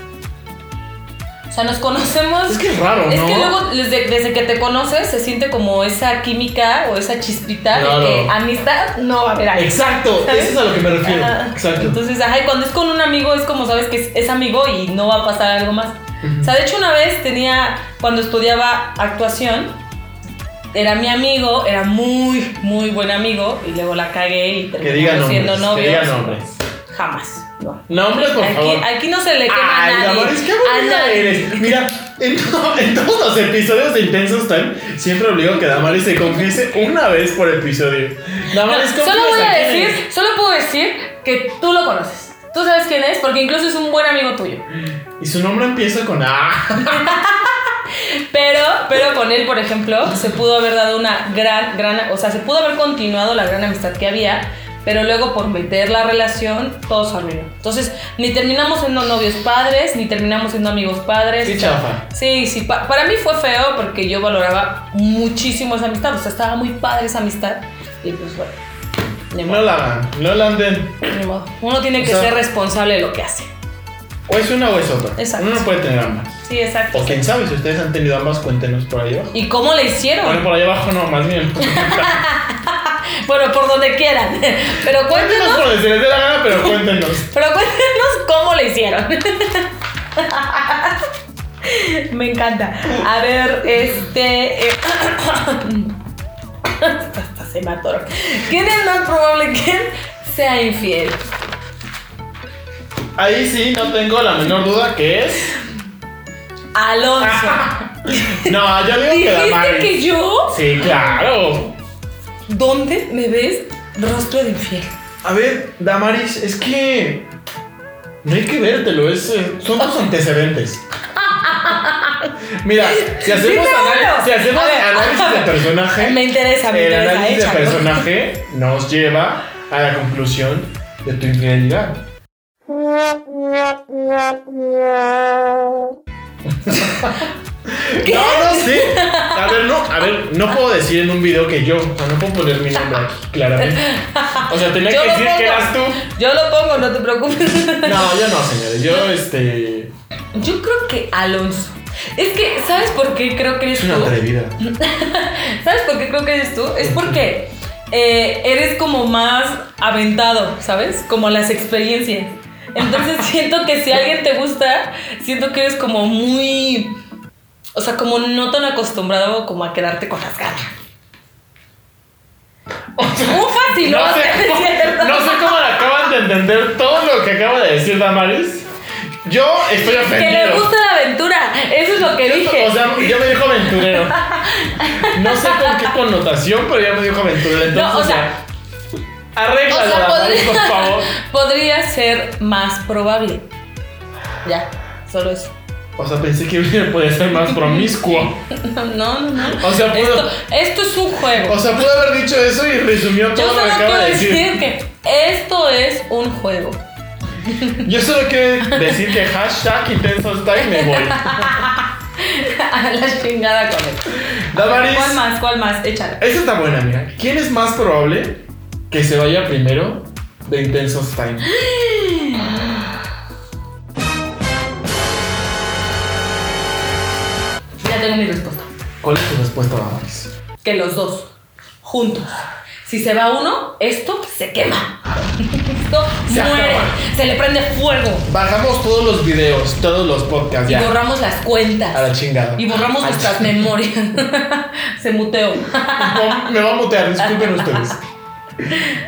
Speaker 2: O sea, nos conocemos.
Speaker 1: Es que es raro,
Speaker 2: Es
Speaker 1: ¿no?
Speaker 2: que luego, desde, desde que te conoces, se siente como esa química o esa chispita
Speaker 1: Claro.
Speaker 2: de que amistad no va a haber ahí.
Speaker 1: Exacto, eso es a lo que me refiero.
Speaker 2: Ajá.
Speaker 1: Exacto.
Speaker 2: Entonces, ajá, y cuando es con un amigo es como sabes que es, es amigo y no va a pasar algo más.
Speaker 1: Ujú.
Speaker 2: O sea, de hecho una vez tenía, cuando estudiaba actuación, era mi amigo, era muy, muy buen amigo y luego la cagué y
Speaker 1: que digan
Speaker 2: terminamos siendo
Speaker 1: nombres. Que
Speaker 2: novios.
Speaker 1: digan nombres.
Speaker 2: Jamás. No.
Speaker 1: Nombres, por
Speaker 2: Aquí,
Speaker 1: favor.
Speaker 2: aquí no se le quema
Speaker 1: Ay,
Speaker 2: a nadie.
Speaker 1: Damaris, qué
Speaker 2: A
Speaker 1: aburrida
Speaker 2: nadie.
Speaker 1: eres. Mira, en, to- en todos los episodios de Intensos Time, siempre obligo a que Damaris se confiese una vez por episodio. Damaris,
Speaker 2: No, solo voy
Speaker 1: confiesa,
Speaker 2: a
Speaker 1: ¿quién
Speaker 2: decir,
Speaker 1: eres?
Speaker 2: solo puedo decir que tú lo conoces. Tú sabes quién es, porque incluso es un buen amigo tuyo.
Speaker 1: Y su nombre empieza con
Speaker 2: [laughs]
Speaker 1: A.
Speaker 2: Pero, pero con él, por ejemplo, se pudo haber dado una gran, gran, o sea, se pudo haber continuado la gran amistad que había, pero luego por meter la relación, todo se arruinó. Entonces, ni terminamos siendo novios padres, ni terminamos siendo amigos padres.
Speaker 1: Qué chafa.
Speaker 2: Sí, sí, pa- para mí fue feo porque yo valoraba muchísimo esa amistad, o sea, estaba muy padre esa amistad. Y pues bueno, ni
Speaker 1: No
Speaker 2: modo,
Speaker 1: la hagan, no la anden.
Speaker 2: ni modo. Uno tiene
Speaker 1: O
Speaker 2: que
Speaker 1: sea-
Speaker 2: ser responsable de lo que hace.
Speaker 1: O es una o es otra.
Speaker 2: Exacto.
Speaker 1: Uno no puede tener ambas.
Speaker 2: Sí, exacto.
Speaker 1: O quién sabe, si ustedes han tenido ambas, cuéntenos por ahí abajo.
Speaker 2: ¿Y cómo le hicieron?
Speaker 1: Bueno, por ahí abajo no, más
Speaker 2: [laughs]
Speaker 1: bien.
Speaker 2: Bueno, por donde quieran. [laughs] Pero cuéntenos
Speaker 1: Cuéntenos por donde se les dé la gana, pero cuéntenos.
Speaker 2: Pero cuéntenos cómo le hicieron. [laughs] Me encanta. A ver, este. eh, [coughs] hasta se me atoró. ¿Quién es más probable que sea infiel?
Speaker 1: Ahí sí, no tengo la menor duda que es.
Speaker 2: Alonso.
Speaker 1: No, yo digo Ah, que
Speaker 2: ¿Dijiste
Speaker 1: Damaris.
Speaker 2: que yo?
Speaker 1: Sí, claro.
Speaker 2: ¿Dónde me ves rostro de infiel?
Speaker 1: A ver, Damaris, es que. No hay que vértelo, es, eh, son tus
Speaker 2: [laughs]
Speaker 1: antecedentes. Mira, si hacemos,
Speaker 2: Dime uno.
Speaker 1: análisis, si hacemos
Speaker 2: A ver,
Speaker 1: análisis de personaje.
Speaker 2: [laughs] Me interesa, me
Speaker 1: El
Speaker 2: interesa,
Speaker 1: análisis de
Speaker 2: échalo.
Speaker 1: personaje nos lleva a la conclusión de tu infidelidad. No, no sé. A ver, no, a ver, no puedo decir en un video que yo, o sea, no puedo poner mi nombre aquí, claramente. O sea, tenía
Speaker 2: Yo
Speaker 1: que
Speaker 2: lo
Speaker 1: decir que
Speaker 2: pongo.
Speaker 1: eras tú.
Speaker 2: Yo lo pongo, no te preocupes. [laughs]
Speaker 1: No, yo no, señores. Yo, este.
Speaker 2: Yo creo que Alonso. Es que, ¿sabes por qué creo que eres
Speaker 1: Es una
Speaker 2: tú?
Speaker 1: atrevida.
Speaker 2: ¿Sabes por qué creo que eres tú? Es porque eh, eres como más aventado, ¿sabes? Como las experiencias.
Speaker 1: [laughs]
Speaker 2: Entonces siento que si alguien te gusta, siento que eres como muy... O sea, como no tan acostumbrado como a quedarte con las ganas. [laughs] Un facilón,
Speaker 1: no, sé
Speaker 2: es
Speaker 1: cómo,
Speaker 2: cierto.
Speaker 1: no sé cómo le acaban de entender todo lo que acaba de decir Damaris. Yo estoy
Speaker 2: Que
Speaker 1: ofendido.
Speaker 2: le gusta la aventura, eso es lo que dije.
Speaker 1: O sea, ya me dijo aventurero. No sé con qué connotación, pero ya me dijo aventurero. Entonces,
Speaker 2: o sea,
Speaker 1: ya. arréglalo,
Speaker 2: o sea,
Speaker 1: Damaris, por
Speaker 2: podría-
Speaker 1: favor.
Speaker 2: podría ser más probable. Ya, solo eso.
Speaker 1: O sea, pensé que podía ser más promiscuo.
Speaker 2: [laughs] No, no, no.
Speaker 1: O sea, puedo-
Speaker 2: esto, esto es un juego.
Speaker 1: O sea, pudo haber dicho eso y resumió
Speaker 2: Yo
Speaker 1: todo lo que
Speaker 2: solo
Speaker 1: acaba
Speaker 2: quiero
Speaker 1: de
Speaker 2: decir.
Speaker 1: decir.
Speaker 2: que esto es un juego. [laughs]
Speaker 1: Yo solo quiero decir que hashtag intensos time me voy.
Speaker 2: A la chingada con esto.
Speaker 1: Damaris.
Speaker 2: ¿Cuál más? ¿Cuál más? Échale.
Speaker 1: Esa está buena, mira. ¿Quién es más probable que se vaya primero de Intensos Time?
Speaker 2: Ya tengo mi respuesta.
Speaker 1: ¿Cuál es tu respuesta, Damaris?
Speaker 2: Que los dos, juntos. Si se va uno, esto se quema. [laughs] Esto
Speaker 1: Se
Speaker 2: muere.
Speaker 1: acaba.
Speaker 2: Se le prende fuego.
Speaker 1: Bajamos todos los videos, todos los podcasts
Speaker 2: Y
Speaker 1: ya.
Speaker 2: borramos las
Speaker 1: A
Speaker 2: cuentas.
Speaker 1: la chingada.
Speaker 2: Y borramos
Speaker 1: A la [laughs]
Speaker 2: nuestras memorias. [laughs] se muteó.
Speaker 1: No, Me va a mutear, disculpen ustedes.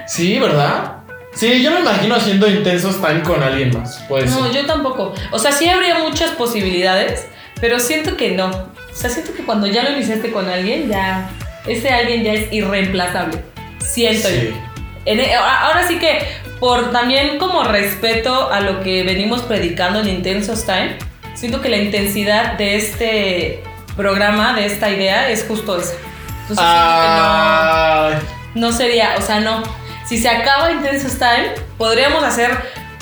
Speaker 1: Sí, ¿verdad? Sí, yo me imagino haciendo intensos time con alguien más. Puede ser.
Speaker 2: No, yo tampoco. O sea, sí habría muchas posibilidades, pero siento que no. O sea, siento que cuando ya lo iniciaste con alguien, ya. Ese alguien ya es irreemplazable. Siento
Speaker 1: Sí.
Speaker 2: yo. En- ahora, ahora sí que, por también como respeto a lo que venimos predicando en Intensos Time, siento que la intensidad de este programa, de esta idea, es justo esa. Entonces, siento Pues que no-
Speaker 1: Ay,
Speaker 2: no sería, o sea, no. Si se acaba Intensos Time, podríamos hacer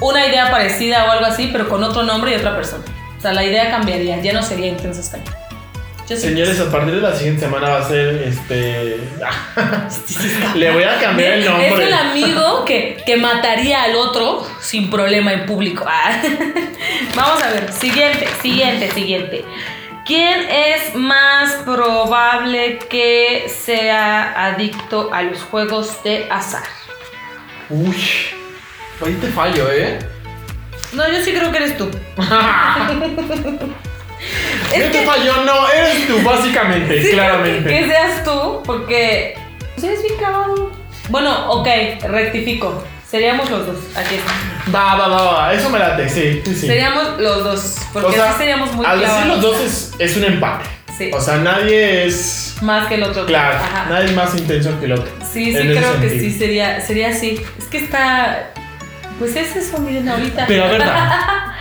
Speaker 2: una idea parecida o algo así, pero con otro nombre y otra persona. O sea, la idea cambiaría, ya no sería Intensos Time. Yo sé.
Speaker 1: Señores, a partir de la siguiente semana va a ser este. [laughs] Le voy a cambiar el nombre.
Speaker 2: Es el amigo que, que mataría al otro sin problema en público. Ah. [laughs] Vamos a ver, siguiente, siguiente, siguiente. ¿Quién es más probable que sea adicto a los juegos de azar?
Speaker 1: Uy, ahí te fallo, ¿eh?
Speaker 2: No, yo sí creo que eres tú. Es
Speaker 1: Yo
Speaker 2: que-
Speaker 1: te falló, no, eres tú, básicamente,
Speaker 2: Sí,
Speaker 1: claramente.
Speaker 2: Que seas tú, porque. Pues eres bien cabrón. Bueno, ok, rectifico. Seríamos los dos. Aquí está.
Speaker 1: Va, va, va, va, eso me late, sí, sí, sí.
Speaker 2: Seríamos los dos. Porque
Speaker 1: O sea,
Speaker 2: así seríamos muy
Speaker 1: Al decir los
Speaker 2: clavados.
Speaker 1: dos es, es un empate.
Speaker 2: Sí.
Speaker 1: O sea, nadie es.
Speaker 2: Más que el otro.
Speaker 1: Claro,
Speaker 2: Ajá.
Speaker 1: nadie es más intenso que el otro.
Speaker 2: Sí, sí,
Speaker 1: en ese
Speaker 2: creo que
Speaker 1: sentido.
Speaker 2: sí, sería, sería así. Es que está. Pues es eso, miren, ahorita.
Speaker 1: Pero a ver,
Speaker 2: [laughs]
Speaker 1: Dan,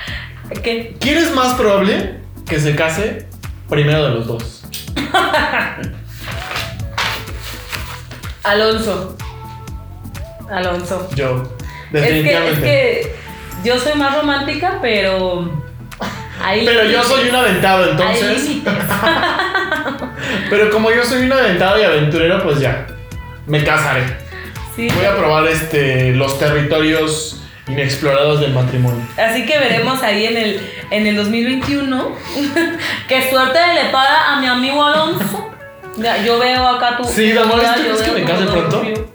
Speaker 2: ¿Qué?
Speaker 1: ¿quién es más probable que se case primero de los dos?
Speaker 2: Alonso. Alonso.
Speaker 1: Yo,
Speaker 2: Es que, es
Speaker 1: definitivamente.
Speaker 2: que yo soy más romántica, pero. ahí-
Speaker 1: Pero yo soy un aventado, entonces.
Speaker 2: Hay límites.
Speaker 1: Pero como yo soy un aventado y aventurero, pues ya. Me casaré.
Speaker 2: Sí.
Speaker 1: Voy a probar este, los territorios inexplorados del matrimonio.
Speaker 2: Así que veremos ahí en el, en el [laughs] 2021. Qué suerte le paga a mi amigo Alonso. Mira, yo veo acá tu.
Speaker 1: Sí,
Speaker 2: tu
Speaker 1: Damaris,
Speaker 2: vida,
Speaker 1: ¿tú
Speaker 2: yo
Speaker 1: crees que
Speaker 2: veo
Speaker 1: me
Speaker 2: tu
Speaker 1: case
Speaker 2: vida,
Speaker 1: pronto?
Speaker 2: yo-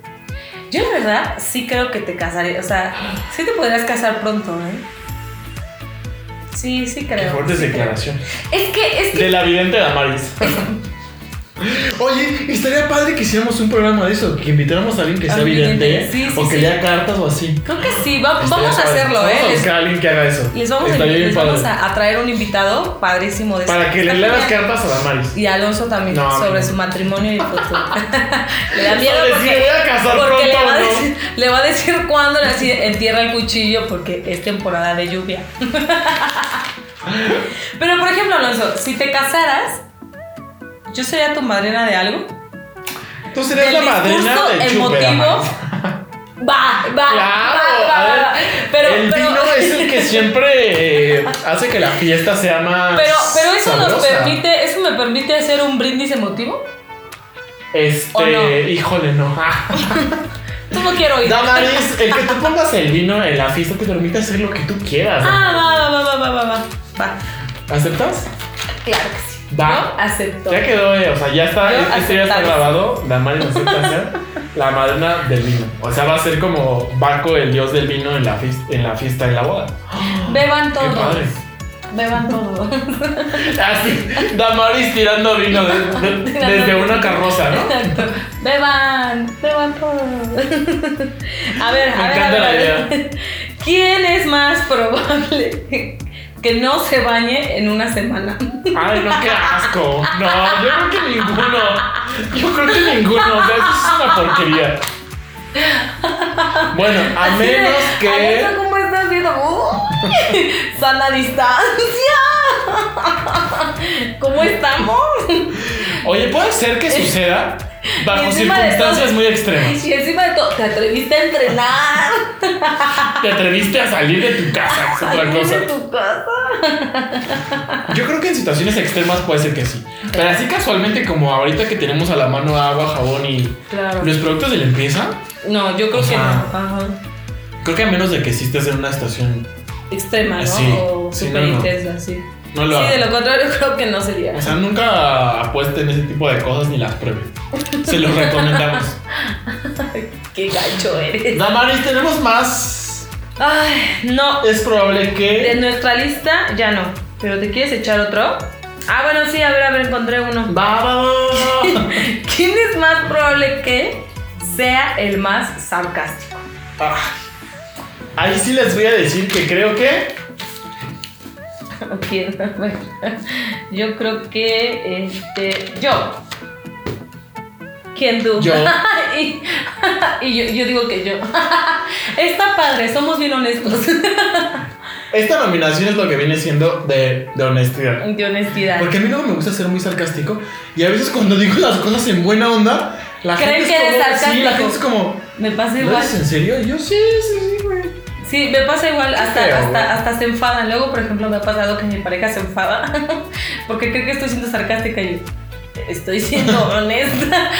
Speaker 2: Yo, en verdad, sí creo que te casaré. O sea, sí te podrías casar pronto, ¿eh? Sí, sí
Speaker 1: Qué
Speaker 2: creo.
Speaker 1: fuertes
Speaker 2: sí creo.
Speaker 1: declaraciones.
Speaker 2: Es que, es que.
Speaker 1: De la vidente Damaris. [laughs] Oye, estaría padre que hiciéramos un programa de eso, que invitáramos a alguien que
Speaker 2: A
Speaker 1: sea
Speaker 2: un vidente,
Speaker 1: vidente,
Speaker 2: sí, sí,
Speaker 1: o que
Speaker 2: sí.
Speaker 1: lea cartas o así.
Speaker 2: Creo que sí, va- vamos a
Speaker 1: Estaría padre.
Speaker 2: hacerlo, ¿eh?
Speaker 1: Vamos a
Speaker 2: Les-
Speaker 1: buscar a alguien que haga eso.
Speaker 2: Les vamos, a,
Speaker 1: Estaría bien
Speaker 2: les vamos
Speaker 1: padre.
Speaker 2: a- a traer un invitado padrísimo de
Speaker 1: Para que le lea las cartas a Damaris.
Speaker 2: Y Alonso también
Speaker 1: No,
Speaker 2: sobre
Speaker 1: no.
Speaker 2: su matrimonio
Speaker 1: [laughs]
Speaker 2: y futuro. le da miedo
Speaker 1: Sobre si
Speaker 2: porque,
Speaker 1: me voy a casar
Speaker 2: porque le,
Speaker 1: pronto
Speaker 2: va a
Speaker 1: o no.
Speaker 2: decir, le va a decir cuándo le así, entierra el cuchillo porque es temporada de lluvia.
Speaker 1: [laughs]
Speaker 2: Pero por ejemplo, Alonso, si te casaras, ¿yo sería tu madrina de algo?
Speaker 1: Tú serías la
Speaker 2: Del
Speaker 1: madrina
Speaker 2: discurso
Speaker 1: de
Speaker 2: emotivo.
Speaker 1: Chupe,
Speaker 2: [laughs]
Speaker 1: Damaris.
Speaker 2: Va, va,
Speaker 1: Claro,
Speaker 2: va, va,
Speaker 1: a ver,
Speaker 2: va, va. Pero,
Speaker 1: el
Speaker 2: pero-
Speaker 1: vino es el
Speaker 2: [laughs]
Speaker 1: que siempre eh, hace que la fiesta sea más.
Speaker 2: Pero, pero eso nos
Speaker 1: sabrosa.
Speaker 2: permite, eso me permite hacer un brindis emotivo.
Speaker 1: Este,
Speaker 2: ¿O no?
Speaker 1: híjole, no. Ah,
Speaker 2: Tú no quiero ir.
Speaker 1: Damaris, el que tú pongas el vino en la Ah, fiesta te permite hacer lo que tú quieras.
Speaker 2: Ah, va, va, va, va, va, va, va. Va.
Speaker 1: ¿Aceptas?
Speaker 2: Claro que sí.
Speaker 1: Va.
Speaker 2: Yo acepto.
Speaker 1: Ya quedó, eh, o sea, ya está,
Speaker 2: Yo
Speaker 1: este este ya está
Speaker 2: aceptable.
Speaker 1: grabado. Damaris acepta ser la madrina del vino. O sea, va a ser como Baco, el dios del vino, en la, fies- en la fiesta, en la boda.
Speaker 2: Beban
Speaker 1: ¡Qué
Speaker 2: todo.
Speaker 1: padre! [laughs]
Speaker 2: Beban todo. [laughs]
Speaker 1: Así, Damaris tirando vino de- de- desde una carroza, ¿no?
Speaker 2: Exacto. Beban, beban todo.
Speaker 1: [laughs]
Speaker 2: A ver,
Speaker 1: Me
Speaker 2: a ver, a
Speaker 1: encanta
Speaker 2: ver,
Speaker 1: la
Speaker 2: a ver. [laughs] ¿Quién es más probable [laughs] que no se bañe en una semana?
Speaker 1: Ay, no, qué asco. No, yo creo que ninguno. Yo creo que ninguno. O sea, eso es una porquería. Bueno, a
Speaker 2: [laughs] Así de,
Speaker 1: menos que.
Speaker 2: Alexa, ¿cómo estás viendo? ¡Uy! [laughs] ¡Sana distancia! [laughs] ¿Cómo estamos?
Speaker 1: Oye, puede ser que suceda
Speaker 2: Y
Speaker 1: bajo
Speaker 2: encima de
Speaker 1: circunstancias
Speaker 2: todo-
Speaker 1: muy extremas.
Speaker 2: Y encima de todo, te atreviste a entrenar.
Speaker 1: Te atreviste a salir de tu casa, es otra
Speaker 2: Ay,
Speaker 1: cosa.
Speaker 2: ¿viene tu casa?
Speaker 1: Yo creo que en situaciones extremas puede ser que sí. Pero así casualmente, como ahorita que tenemos a la mano agua, jabón y
Speaker 2: Claro.
Speaker 1: los productos de limpieza,
Speaker 2: No, yo creo
Speaker 1: O
Speaker 2: que no.
Speaker 1: sea,
Speaker 2: Ajá.
Speaker 1: creo que a menos de que sí estés en una estación,
Speaker 2: Extrema, ¿no?
Speaker 1: sí,
Speaker 2: o
Speaker 1: sí,
Speaker 2: súper
Speaker 1: no, no.
Speaker 2: intensa, sí.
Speaker 1: no lo
Speaker 2: sí, de
Speaker 1: hagas.
Speaker 2: lo contrario [laughs] creo que no sería.
Speaker 1: O sea, nunca apuesten ese tipo de cosas ni las prueben. Se los recomendamos.
Speaker 2: [laughs] Qué gacho eres.
Speaker 1: Damaris, tenemos más.
Speaker 2: Ay, no.
Speaker 1: Es probable
Speaker 2: De
Speaker 1: que.
Speaker 2: nuestra lista ya no. Pero te quieres echar otro. Ah, bueno, sí, a ver, a ver, encontré uno. [laughs]
Speaker 1: Va, va, va, va, va.
Speaker 2: ¿Quién es más probable que sea el más sarcástico?
Speaker 1: Ah. Ahí sí les voy a decir que creo que.
Speaker 2: ¿O [laughs] quién? A ver. Yo creo que este. Yo. ¿Quién tú?
Speaker 1: Yo.
Speaker 2: [laughs] y y yo, yo digo que yo. [laughs] Está padre, somos bien honestos. [laughs]
Speaker 1: Esta nominación es lo que viene siendo de, de honestidad.
Speaker 2: De honestidad.
Speaker 1: Porque a mí no me gusta ser muy sarcástico. Y a veces cuando digo las cosas en buena onda, la
Speaker 2: Creen
Speaker 1: gente
Speaker 2: que
Speaker 1: es
Speaker 2: eres
Speaker 1: como, sí, la
Speaker 2: sarcástico.
Speaker 1: gente es como.
Speaker 2: Me pasa
Speaker 1: ¿Lo
Speaker 2: igual.
Speaker 1: dices en serio? Y Yo sí, sí, sí, güey.
Speaker 2: Sí, me pasa igual, hasta,
Speaker 1: feo, güey.
Speaker 2: hasta, hasta se enfadan. Luego, por ejemplo, me ha pasado que mi pareja se enfada [laughs] porque cree que estoy siendo sarcástica y yo, estoy siendo
Speaker 1: [laughs]
Speaker 2: honesta.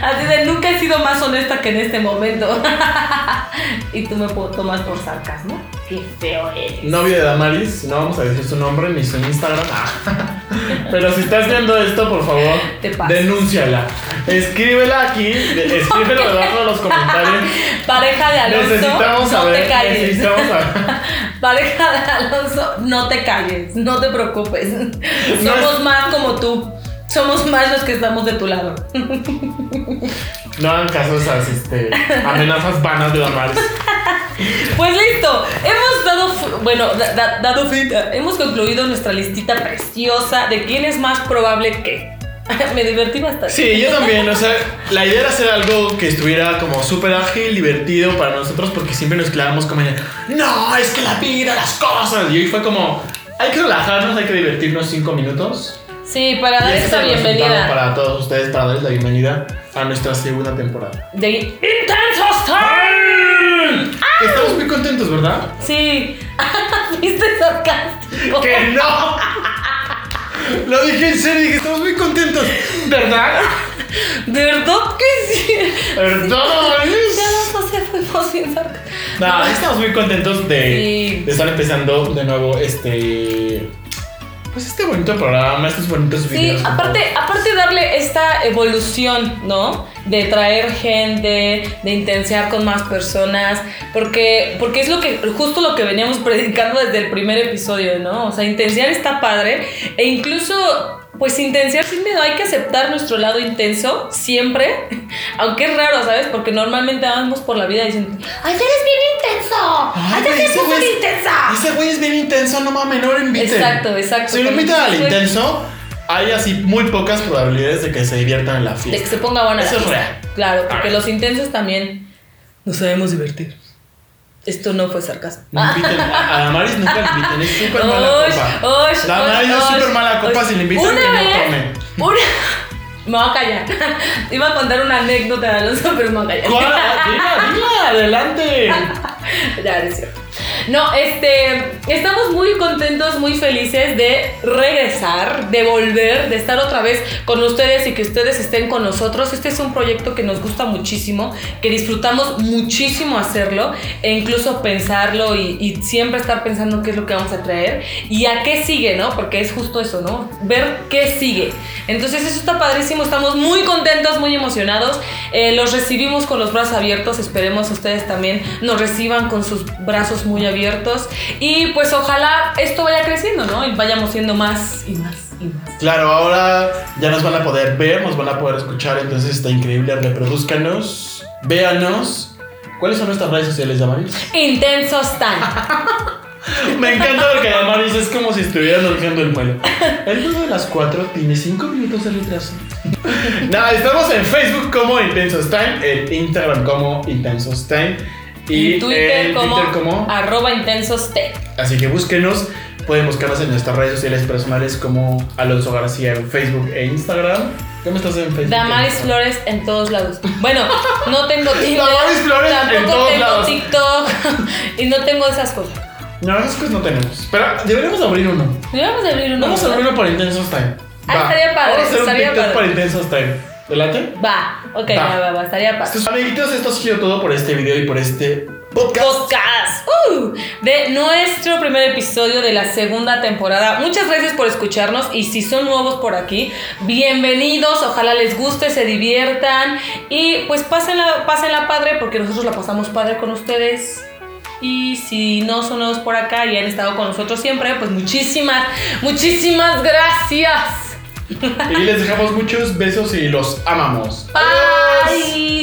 Speaker 2: Así de, nunca he sido más honesta que en este momento. [laughs] y tú me po- tomas por sarcasmo. Qué feo eres.
Speaker 1: novio de Damaris, no vamos a decir su nombre ni su Instagram. [laughs] Ah. Pero si estás viendo esto, por favor,
Speaker 2: Te pasas.
Speaker 1: denúnciala. Escríbela aquí, de- escríbelo debajo de los comentarios.
Speaker 2: Pareja de [laughs] Alonso,
Speaker 1: Necesitamos
Speaker 2: no te
Speaker 1: saber,
Speaker 2: calles.
Speaker 1: necesitamos saber.
Speaker 2: Pareja de Alonso, no te calles, no te preocupes.
Speaker 1: [laughs] No
Speaker 2: Somos
Speaker 1: es-
Speaker 2: más como tú. Somos más los que estamos de tu lado.
Speaker 1: No hagan caso a esas este, amenazas vanas de Damaris.
Speaker 2: Pues listo, hemos dado, fu- bueno, da- da- dado fin, eh, hemos concluido nuestra listita preciosa de quién es más probable que. [laughs] Me divertí bastante.
Speaker 1: Sí, yo también, o sea, la idea era hacer algo que estuviera como súper ágil, divertido para nosotros, porque siempre nos clavamos como en, el, no, es que la vida, las cosas. Y hoy fue como, hay que relajarnos, hay que divertirnos cinco minutos.
Speaker 2: Sí, para
Speaker 1: Y
Speaker 2: dar
Speaker 1: este es
Speaker 2: esta
Speaker 1: el resultado
Speaker 2: bienvenida
Speaker 1: para todos ustedes, para darles la bienvenida a nuestra segunda temporada.
Speaker 2: de Intensos Time.
Speaker 1: Estamos muy contentos,
Speaker 2: [laughs]
Speaker 1: ¿verdad?
Speaker 2: Sí, viste sarcástico.
Speaker 1: ¡Que no! Lo dije en serio, dije, estamos muy contentos, ¿verdad?
Speaker 2: De verdad que sí.
Speaker 1: ¿Verdad?
Speaker 2: Ya no sé, fuimos bien sarcásticos.
Speaker 1: No, estamos muy contentos de,
Speaker 2: Sí.
Speaker 1: de estar empezando de nuevo este. Pues este bonito programa, estos bonitos
Speaker 2: Sí,
Speaker 1: videos. con
Speaker 2: aparte,
Speaker 1: todos.
Speaker 2: aparte darle esta evolución, ¿no? De traer gente, de intensear con más personas, porque, porque es lo que, justo lo que veníamos [laughs] predicando desde el primer episodio, ¿no? O sea, intensear está padre e incluso, pues intensear sin miedo, hay que aceptar nuestro lado intenso siempre, [laughs] aunque es raro, ¿sabes? Porque normalmente vamos por la vida diciendo,
Speaker 5: ¡Ay, tú eres bien intenso!
Speaker 1: Ay,
Speaker 5: ¡Ay, tú
Speaker 1: güey,
Speaker 5: eres
Speaker 1: ese
Speaker 5: bien
Speaker 1: güey es-
Speaker 5: intensa!
Speaker 1: Ese güey es bien intenso, no mames, no lo inviten.
Speaker 2: Exacto, exacto.
Speaker 1: Si lo invitan al
Speaker 2: Sí, güey.
Speaker 1: intenso, hay así muy pocas probabilidades de que se diviertan en la
Speaker 2: de que
Speaker 1: fiesta.
Speaker 2: se ponga buena la
Speaker 1: Eso es
Speaker 2: fiesta.
Speaker 1: real.
Speaker 2: Claro, porque
Speaker 1: Ah.
Speaker 2: los intensos también nos sabemos divertir. Esto no fue sarcasmo.
Speaker 1: No
Speaker 2: [laughs]
Speaker 1: inviten a a Damaris, nunca la inviten, es súper mala
Speaker 2: Osh,
Speaker 1: copa.
Speaker 2: osh,
Speaker 1: Damaris
Speaker 2: osh,
Speaker 1: es súper
Speaker 2: osh,
Speaker 1: mala copa
Speaker 2: osh.
Speaker 1: si le invitan
Speaker 2: Una
Speaker 1: que no
Speaker 2: vez,
Speaker 1: tome.
Speaker 2: Una... [laughs] Me voy a callar. [laughs] Iba a contar una anécdota [laughs] de Alonso, pero me voy a callar.
Speaker 1: ¿Cuál? Dila, dila, adelante.
Speaker 2: [laughs] Ya, no es cierto. No, este, estamos muy contentos, muy felices de regresar, de volver, de estar otra vez con ustedes y que ustedes estén con nosotros. Este es un proyecto que nos gusta muchísimo, que disfrutamos muchísimo hacerlo e incluso pensarlo y, y siempre estar pensando qué es lo que vamos a traer y a qué sigue, ¿no? Porque es justo eso, ¿no? Ver qué sigue. Entonces eso está padrísimo, estamos muy contentos, muy emocionados. Eh, los recibimos con los brazos abiertos, esperemos ustedes también nos reciban con sus brazos muy abiertos y pues ojalá esto vaya creciendo, ¿no? Y vayamos siendo más y más y más.
Speaker 1: Claro, ahora ya nos van a poder ver, nos van a poder escuchar, entonces está increíble. Reproduzcanos, véanos. ¿Cuáles son nuestras redes sociales, Damaris? [laughs]
Speaker 2: Intensos tan.
Speaker 1: Me encanta porque Damaris es como si estuvieran urgiendo el muelo. El juego de las 4 tiene 5 minutos de
Speaker 2: [laughs]
Speaker 1: retraso. Nada, estamos en Facebook como Intensos Time, en Instagram como Intensos Time y
Speaker 2: Y Twitter
Speaker 1: en
Speaker 2: como,
Speaker 1: Twitter como
Speaker 2: arroba intensos T.
Speaker 1: Así que búsquenos. Pueden buscarnos en nuestras redes sociales personales como Alonso García en Facebook e Instagram. ¿Cómo estás en Facebook? e
Speaker 2: Damaris
Speaker 1: Instagram?
Speaker 2: Flores en todos lados. Bueno,
Speaker 1: [laughs]
Speaker 2: no tengo Tinder.
Speaker 1: Damaris Flores en
Speaker 2: tampoco
Speaker 1: todos
Speaker 2: tengo
Speaker 1: lados.
Speaker 2: TikTok. [laughs] Y no tengo esas cosas.
Speaker 1: No, esas cosas no tenemos. Pero deberíamos abrir uno.
Speaker 2: Deberíamos de abrir uno.
Speaker 1: Vamos a
Speaker 2: ¿verdad?
Speaker 1: abrir uno para Intensos Time.
Speaker 2: Ah,
Speaker 1: Va.
Speaker 2: estaría padre,
Speaker 1: Vamos a hacer
Speaker 2: estaría
Speaker 1: un TikTok
Speaker 2: padre.
Speaker 1: para Intensos Time. ¿Delante?
Speaker 2: Va, ok,
Speaker 1: Va.
Speaker 2: va, va, va, estaría padre.
Speaker 1: Estos amiguitos, esto ha sido todo por este video y por este podcast.
Speaker 2: Podcast uh, de nuestro primer episodio de la segunda temporada. Muchas gracias por escucharnos y si son nuevos por aquí, bienvenidos. Ojalá les guste, se diviertan y pues pásenla, pásenla padre porque nosotros la pasamos padre con ustedes. Y si no son nuevos por acá y han estado con nosotros siempre, pues muchísimas, muchísimas gracias.
Speaker 1: Y les dejamos muchos besos y los amamos.
Speaker 2: Bye.